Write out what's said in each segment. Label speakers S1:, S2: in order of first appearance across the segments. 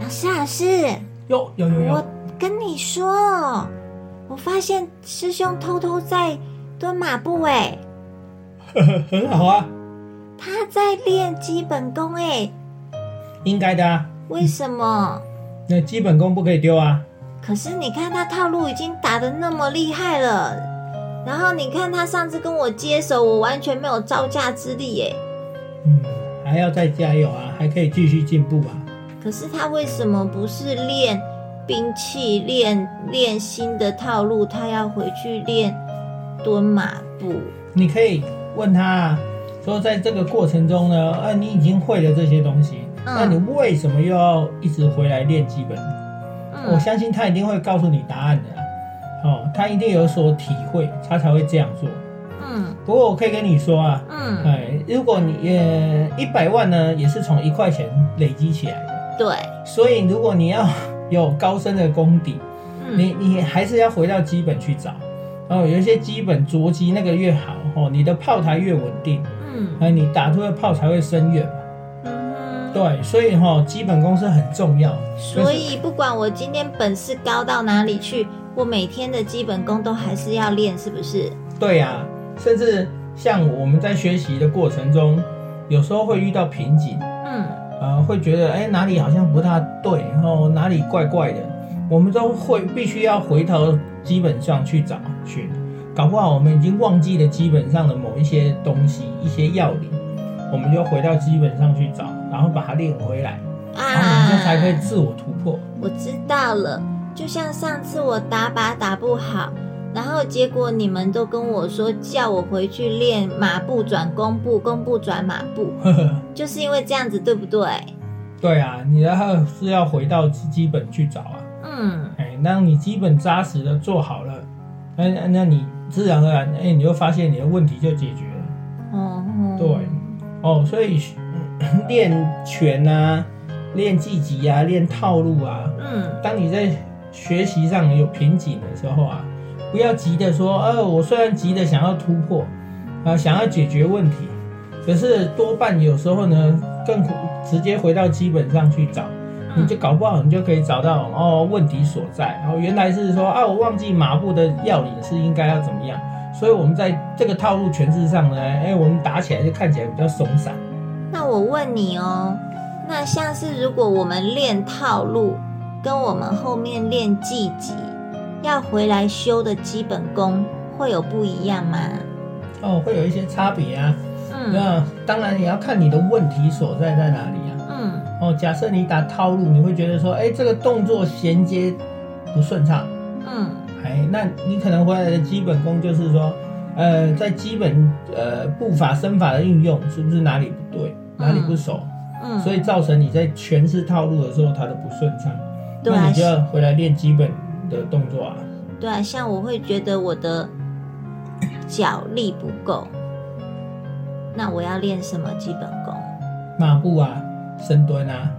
S1: 老师，老师，
S2: 有有有
S1: 我
S2: 有，
S1: 跟你说，我发现师兄偷偷在蹲马步，哎，
S2: 很好啊，
S1: 他在练基本功，哎，
S2: 应该的啊。
S1: 为什么？
S2: 那基本功不可以丢啊。
S1: 可是你看他套路已经打得那么厉害了，然后你看他上次跟我接手，我完全没有招架之力，哎，
S2: 嗯，还要再加油啊，还可以继续进步啊。
S1: 可是他为什么不是练兵器、练练新的套路，他要回去练蹲马步？
S2: 你可以问他啊，说在这个过程中呢，呃，你已经会了这些东西，
S1: 嗯
S2: 那你为什么又要一直回来练基本？我
S1: 嗯
S2: 相信他一定会告诉你答案的、啊。哦，他一定有所体会，他才会这样做。
S1: 嗯
S2: 不过我可以跟你说啊，
S1: 嗯，
S2: 哎，如果你呃一百万呢，也是从一块钱累积起来的。
S1: 对，
S2: 所以，如果你要 有高深的功底，
S1: 嗯
S2: 你你还是要回到基本去找。哦，有一些基本着击那个越好哦，你的炮台越稳定，
S1: 嗯
S2: 哎，你打出的炮才会深远嘛。
S1: 嗯，
S2: 对，所以哈、哦，基本功是很重要。
S1: 所以不管我今天本事高到哪里去，我每天的基本功都还是要练，是不是？
S2: 对呀、甚至像我们在学习的过程中，有时候会遇到瓶颈，
S1: 嗯
S2: 呃，会觉得哎哪里好像不大对，然、后哪里怪怪的，我们都会必须要回头基本上去找寻，搞不好我们已经忘记了基本上的某一些东西、一些要领，我们就回到基本上去找，然后把它练回来，然后我们就啊才可以自我突破。
S1: 啊 我知道了。就像上次我打靶打不好，然后结果你们都跟我说叫我回去练马步转弓步，弓步转马步，
S2: 呵呵，
S1: 就是因为这样子，对不对？
S2: 对啊，你然后是要回到基本去找啊，
S1: 嗯
S2: 哎，当你基本扎实的做好了，那那那你自然而然，哎，你就发现你的问题就解决了。
S1: 哦，
S2: 对，哦，所以嗯 练拳啊，练技击啊，练套路啊，
S1: 嗯
S2: 当你在学习上有瓶颈的时候啊，不要急着说，呃，我虽然急着想要突破，啊、想要解决问题，可是多半有时候呢，更直接回到基本上去找。
S1: 嗯
S2: 你就搞不好，你就可以找到哦问题所在。然、后原来是说啊，我忘记马步的要领是应该要怎么样，所以我们在这个套路诠释上呢，哎，我们打起来就看起来比较松散。
S1: 那我问你哦，那像是如果我们练套路，跟我们后面练技击，要回来修的基本功会有不一样吗？
S2: 哦，会有一些差别啊。
S1: 嗯
S2: 那当然也要看你的问题所在在哪里啊。
S1: 嗯
S2: 哦，假设你打套路，你会觉得说，哎，这个动作衔接不顺畅，
S1: 嗯
S2: 哎，那你可能回来的基本功就是说，呃，在基本呃步法身法的运用是不是哪里不对，哪里不熟，
S1: 嗯，
S2: 所以造成你在诠释套路的时候它都不顺畅，
S1: 对
S2: 那
S1: 啊
S2: 你就要回来练基本的动作啊。
S1: 对啊，像我会觉得我的脚力不够，那我要练什么基本功？
S2: 马步啊，深蹲啊，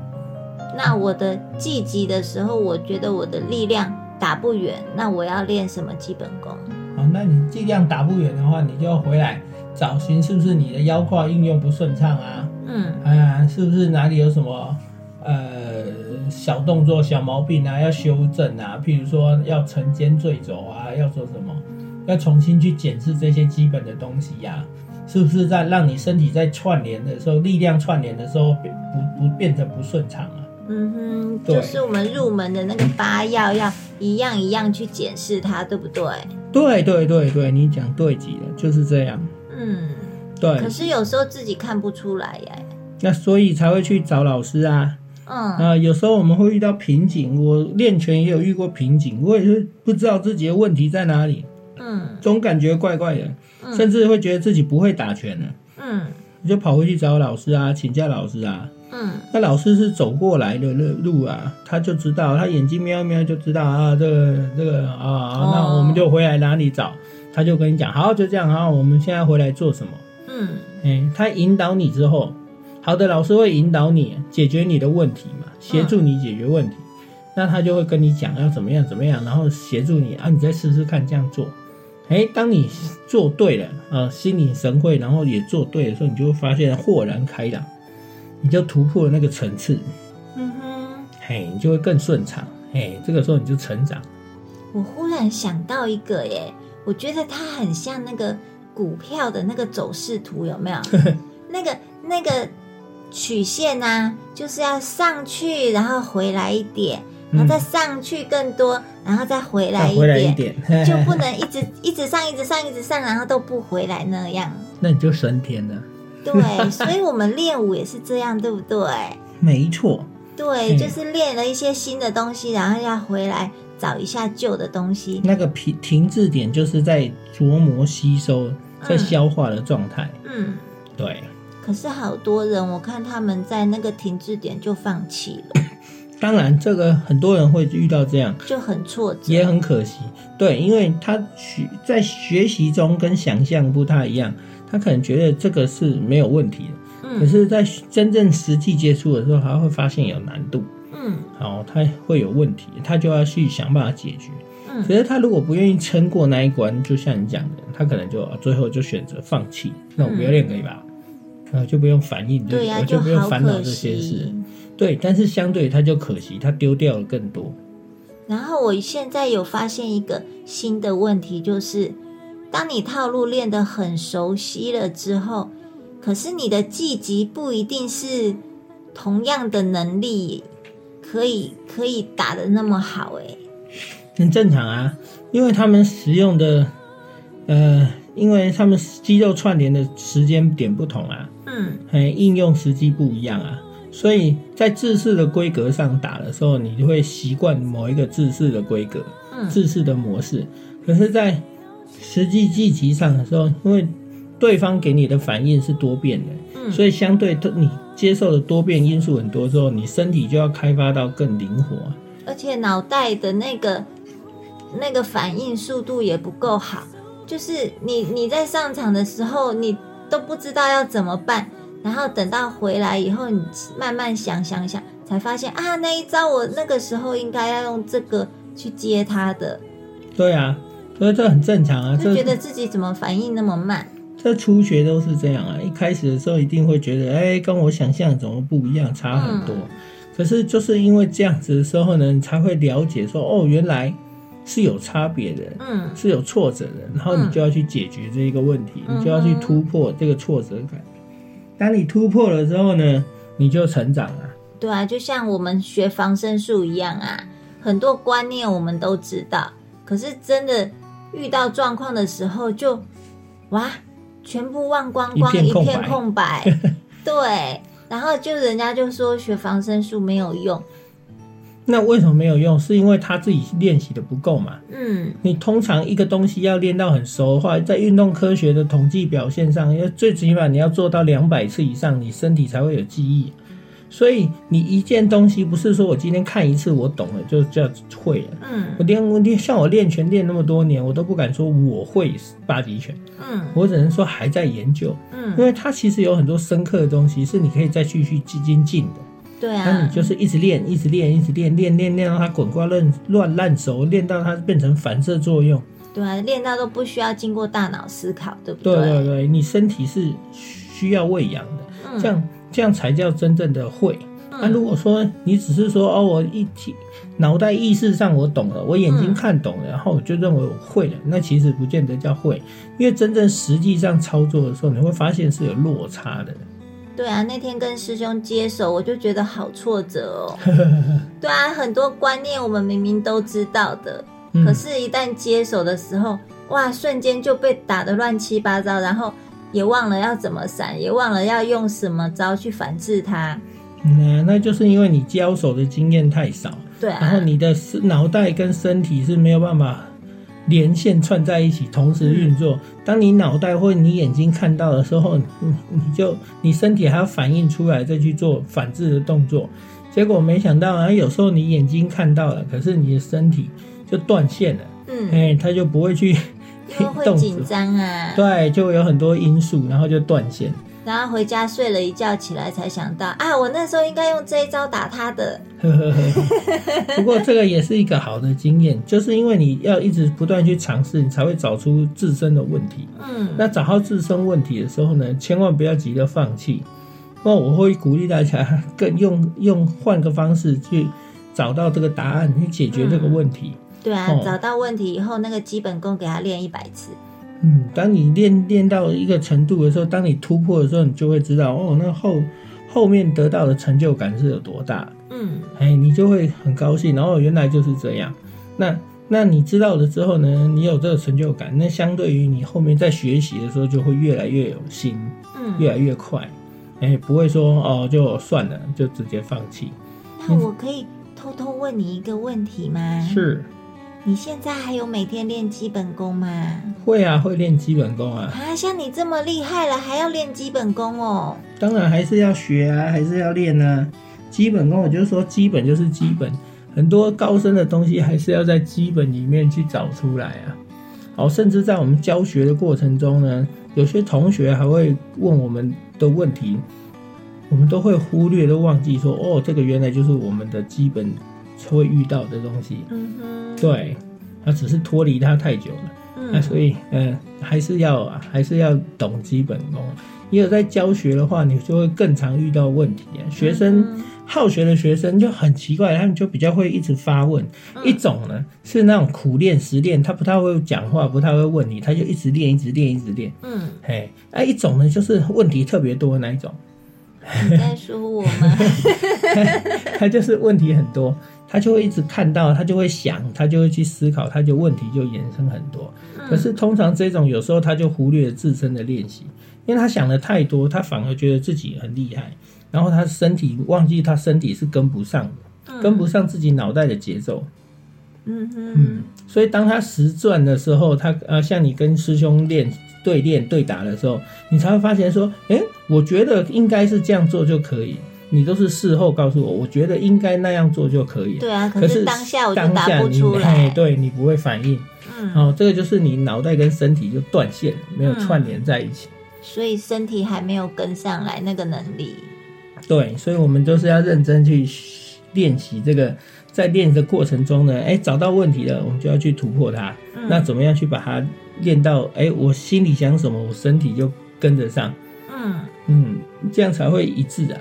S1: 那我的技击的时候，我觉得我的力量打不远，那我要练什么基本功？
S2: 哦，那你尽量打不远的话，你就要回来找寻是不是你的腰胯运用不顺畅啊？
S1: 嗯
S2: 啊，是不是哪里有什么呃小动作、小毛病啊，要修正啊？譬如说要沉肩坠肘啊，要做什么？要重新去检视这些基本的东西呀、是不是在让你身体在串联的时候，力量串联的时候不不变成不顺畅啊？
S1: 嗯哼，
S2: 对
S1: 就是我们入门的那个八要要一样一样去检视它，对不对？
S2: 对对对对，你讲对极了，就是这样。
S1: 嗯，
S2: 对
S1: 可，是有时候自己看不出来耶。
S2: 那所以才会去找老师啊。
S1: 嗯
S2: 啊，有时候我们会遇到瓶颈，我练拳也有遇过瓶颈，我也是不知道自己的问题在哪里，
S1: 嗯
S2: 总感觉怪怪的，甚至会觉得自己不会打拳了，
S1: 嗯
S2: 就跑回去找老师啊，请教老师啊。
S1: 嗯
S2: 那老师是走过来的路路啊，他就知道，他眼睛瞄一瞄就知道啊，这个这个啊，
S1: 哦
S2: 那我们就回来哪里找，他就跟你讲，好，就这样，好，我们现在回来做什么？
S1: 嗯
S2: 哎，他引导你之后，好的老师会引导你解决你的问题嘛，协助你解决问题。那他就会跟你讲要怎么样怎么样，然后协助你啊，你再试试看这样做。哎，当你做对了，呃，心领神会，然后也做对的时候，你就会发现豁然开朗，你就突破了那个层次，
S1: 嗯哼。
S2: 嘿，你就会更顺畅，嘿，这个时候你就成长。
S1: 我忽然想到一个耶，我觉得它很像那个股票的那个走势图，有 没有？那个那个曲线啊，就是要上去，然后回来一点，然后再上去更多，然后再回来
S2: 嗯再
S1: 一
S2: 回来一
S1: 点，
S2: 点，
S1: 就不能一直一直上，一直上，一直上，然后都不回来那样。
S2: 那你就升天了，
S1: 对，所以我们练舞也是这样，对不对？
S2: 没错，
S1: 对，
S2: 嗯
S1: 就是练了一些新的东西，然后要回来找一下旧的东西。
S2: 那个停停滞点就是在琢磨、吸收、在消化的状态。
S1: 嗯。
S2: 对，
S1: 可是好多人，我看他们在那个停滞点就放弃了，
S2: 当然这个很多人会遇到这样，
S1: 就很挫折。
S2: 也很可惜。对，因为他学在学习中跟想象不太一样，他可能觉得这个是没有问题的，可
S1: 嗯
S2: 是，在真正实际接触的时候，他会发现有难度，
S1: 嗯
S2: 哦，他会有问题，他就要去想办法解决。可
S1: 嗯
S2: 是他如果不愿意撑过那一关，就像你讲的，他可能就啊最后就选择放弃。那我不要练可以吧？啊，就不用反应，
S1: 嗯对呀、
S2: 我
S1: 就
S2: 不用
S1: 好
S2: 烦恼
S1: 可
S2: 这些事
S1: 惜。。
S2: 对，但是相对他就可惜，他丢掉了更多。
S1: 然后我现在有发现一个新的问题，就是当你套路练得很熟悉了之后，可是你的技级不一定是同样的能力可以可以打得那么好欸诶、
S2: 很正常啊，因为他们使用的，呃，因为他们肌肉串联的时间点不同啊，
S1: 嗯
S2: 哎，应用时机不一样啊，所以在制式的规格上打的时候，你就会习惯某一个制式的规格。
S1: 嗯
S2: 制式的模式。可是，在实际技击上的时候，因为对方给你的反应是多变的，
S1: 嗯，
S2: 所以相对的你接受的多变因素很多之后，你身体就要开发到更灵活。
S1: 而且脑袋的那个那个反应速度也不够好，就是你你在上场的时候，你都不知道要怎么办，然后等到回来以后，你慢慢想想想，才发现啊，那一招我那个时候应该要用这个去接他的，
S2: 对啊，所以这很正常啊。
S1: 就觉
S2: 这
S1: 得自己怎么反应那么慢，
S2: 这初学都是这样啊，一开始的时候一定会觉得，哎、跟我想象怎么不一样，差很多。
S1: 嗯
S2: 可是就是因为这样子的时候呢，你才会了解说，哦，原来是有差别的。
S1: 嗯
S2: 是有挫折的，然后你就要去解决这一个问题，
S1: 嗯
S2: 你就要去突破这个挫折感。当你突破了之后呢，你就成长了。
S1: 对啊，就像我们学防身术一样啊，很多观念我们都知道，可是真的遇到状况的时候就，哇，全部忘光光，
S2: 一片
S1: 一
S2: 空白
S1: 片空白。对，然后就人家就说学防身术没有用，
S2: 那为什么没有用？是因为他自己练习的不够嘛？
S1: 嗯
S2: 你通常一个东西要练到很熟的话，在运动科学的统计表现上，要最起码你要做到两百次以上，你身体才会有记忆。所以你一件东西不是说我今天看一次我懂了就叫会了。
S1: 嗯
S2: 我练我练像我练拳练那么多年，我都不敢说我会八极拳。
S1: 嗯
S2: 我只能说还在研究，因
S1: 嗯，
S2: 为它其实有很多深刻的东西是你可以再继续精进的。
S1: 对
S2: 那
S1: 啊
S2: 你，就是一直练，一直练，一直练，练练练到它滚瓜烂乱烂熟，练到它变成反射作用。
S1: 对啊，练到都不需要经过大脑思考，对不
S2: 对啊对
S1: 对？
S2: 对，你身体是需要喂养的，
S1: 嗯
S2: 这样这样才叫真正的会。那、如果说你只是说哦，我一体脑袋意识上我懂了，我眼
S1: 嗯
S2: 睛看懂了，然后我就认为我会了，那其实不见得叫会，因为真正实际上操作的时候，你会发现是有落差的。
S1: 对啊，那天跟师兄接手，我就觉得好挫折 哦。对啊，很多观念我们明明都知道的，
S2: 嗯
S1: 可是，一旦接手的时候，哇，瞬间就被打得乱七八糟，然后也忘了要怎么闪，也忘了要用什么招去反制它。
S2: 嗯，那就是因为你交手的经验太少，
S1: 对
S2: 然后
S1: 啊，
S2: 你的思脑袋跟身体是没有办法连线串在一起，同时运作。当你脑袋或你眼睛看到的时候，你你就你身体还要反应出来，再去做反制的动作。结果没想到啊，有时候你眼睛看到了，可是你的身体就断线了，
S1: 嗯，
S2: 哎、它就不会去
S1: 因为会
S2: 动
S1: 紧
S2: 作。
S1: 张啊，
S2: 对，就会有很多因素，然后就断线。
S1: 然后回家睡了一觉起来才想到啊，我那时候应该用这一招打他的。
S2: 呵呵呵， 不过这个也是一个好的经验，就是因为你要一直不断去尝试，你才会找出自身的问题。
S1: 嗯，
S2: 那找到自身问题的时候呢，千万不要急着放弃。那我会鼓励大家更用用换个方式去找到这个答案，去解决这个问题。
S1: 对啊，
S2: 哦
S1: 找到问题以后，那个基本功给他练一百次。
S2: 嗯，当你练练到一个程度的时候，当你突破的时候，你就会知道哦，那后后面得到的成就感是有多大。
S1: 嗯，
S2: 哎，你就会很高兴，然后原来就是这样。那那你知道了之后呢，你有这个成就感，那相对于你后面在学习的时候，就会越来越有心，
S1: 嗯，
S2: 越来越快。哎，不会说哦，就算了，就直接放弃。
S1: 那我可以偷偷问你一个问题吗？，
S2: 嗯是
S1: 你现在还有每天练基本功吗？
S2: 会啊，会练基本功啊，
S1: 啊，像你这么厉害了，还要练基本功哦。
S2: 当然还是要学啊，还是要练啊。基本功，我就说基本就是基本，很多高深的东西还是要在基本里面去找出来啊。好，甚至在我们教学的过程中呢，有些同学还会问我们的问题，我们都会忽略都忘记说，哦，这个原来就是我们的基本会遇到的东西。
S1: 嗯哼，
S2: 对，他只是脱离它太久了。那
S1: 嗯
S2: 所以，嗯、还是要啊，还是要懂基本功。你有在教学的话，你就会更常遇到问题、啊。学生、
S1: 嗯
S2: 好学的学生就很奇怪，他们就比较会一直发问。一种呢是那种苦练实练，他不太会讲话，不太会问你，他就一直练，一直练，一直练。
S1: 嗯，
S2: 嘿，那、一种呢就是问题特别多的那一种，
S1: 你在说我吗？
S2: 他就是问题很多，他就会一直看到，他就会想，他就会去思考，他就问题就衍生很多。
S1: 嗯
S2: 可是通常这种有时候他就忽略了自身的练习，因为他想的太多，他反而觉得自己很厉害，然后他身体忘记他身体是跟不上的，跟不上自己脑袋的节奏。
S1: 嗯哼
S2: 嗯，，所以当他实战的时候，他呃，像你跟师兄练对练对打的时候，你才会发现说，诶、我觉得应该是这样做就可以。你都是事后告诉我，我觉得应该那样做就可以。
S1: 对啊，可
S2: 可
S1: 是
S2: 是
S1: 当下我就
S2: 当
S1: 打
S2: 下
S1: 不
S2: 你
S1: 出
S2: 哎
S1: 来。
S2: 对你不会反应。
S1: 嗯，
S2: 哦，这个就是你脑袋跟身体就断线，没有串联在一起。
S1: 所以身体还没有跟上来那个能力。嗯
S2: 对，所以我们就是要认真去练习这个，在练的过程中呢，哎，找到问题了，我们就要去突破它。
S1: 嗯
S2: 那怎么样去把它练到？哎，我心里想什么，我身体就跟得上。
S1: 嗯，
S2: 嗯，这样才会一致啊，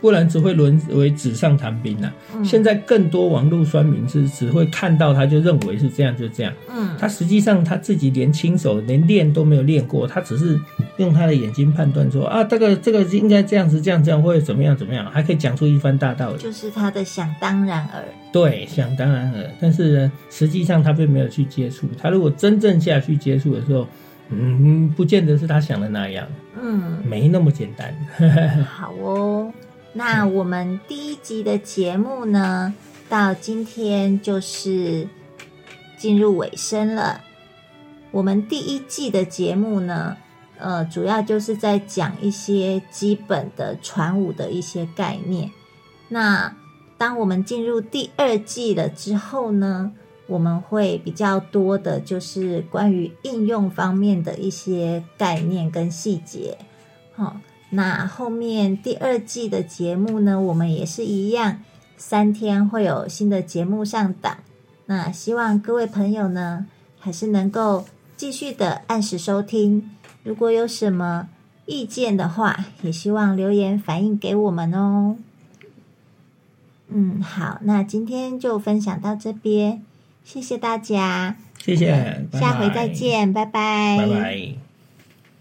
S2: 不然只会沦为纸上谈兵啊。
S1: 嗯
S2: 现在更多网络酸民是只会看到他就认为是这样就这样。
S1: 嗯
S2: 他实际上他自己连亲手连练都没有练过，他只是用他的眼睛判断说啊，这个这个应该这样子，这样这样会怎么样怎么样，还可以讲出一番大道理。
S1: 就是他的想当然而
S2: 对，想当然了。但是呢，实际上他并没有去接触。他如果真正下去接触的时候，嗯，不见得是他想的那样，
S1: 嗯，
S2: 没那么简单。
S1: 好哦。那我们第一集的节目呢，到今天就是进入尾声了。我们第一季的节目呢，呃，主要就是在讲一些基本的传武的一些概念。那当我们进入第二季了之后呢，我们会比较多的就是关于应用方面的一些概念跟细节。好、那后面第二季的节目呢，我们也是一样，三天会有新的节目上档。那希望各位朋友呢，还是能够继续的按时收听。如果有什么意见的话，也希望留言反映给我们哦。嗯，好，那今天就分享到这边，谢谢大家，
S2: 谢谢，拜拜
S1: 下回再，见，拜拜
S2: 拜拜。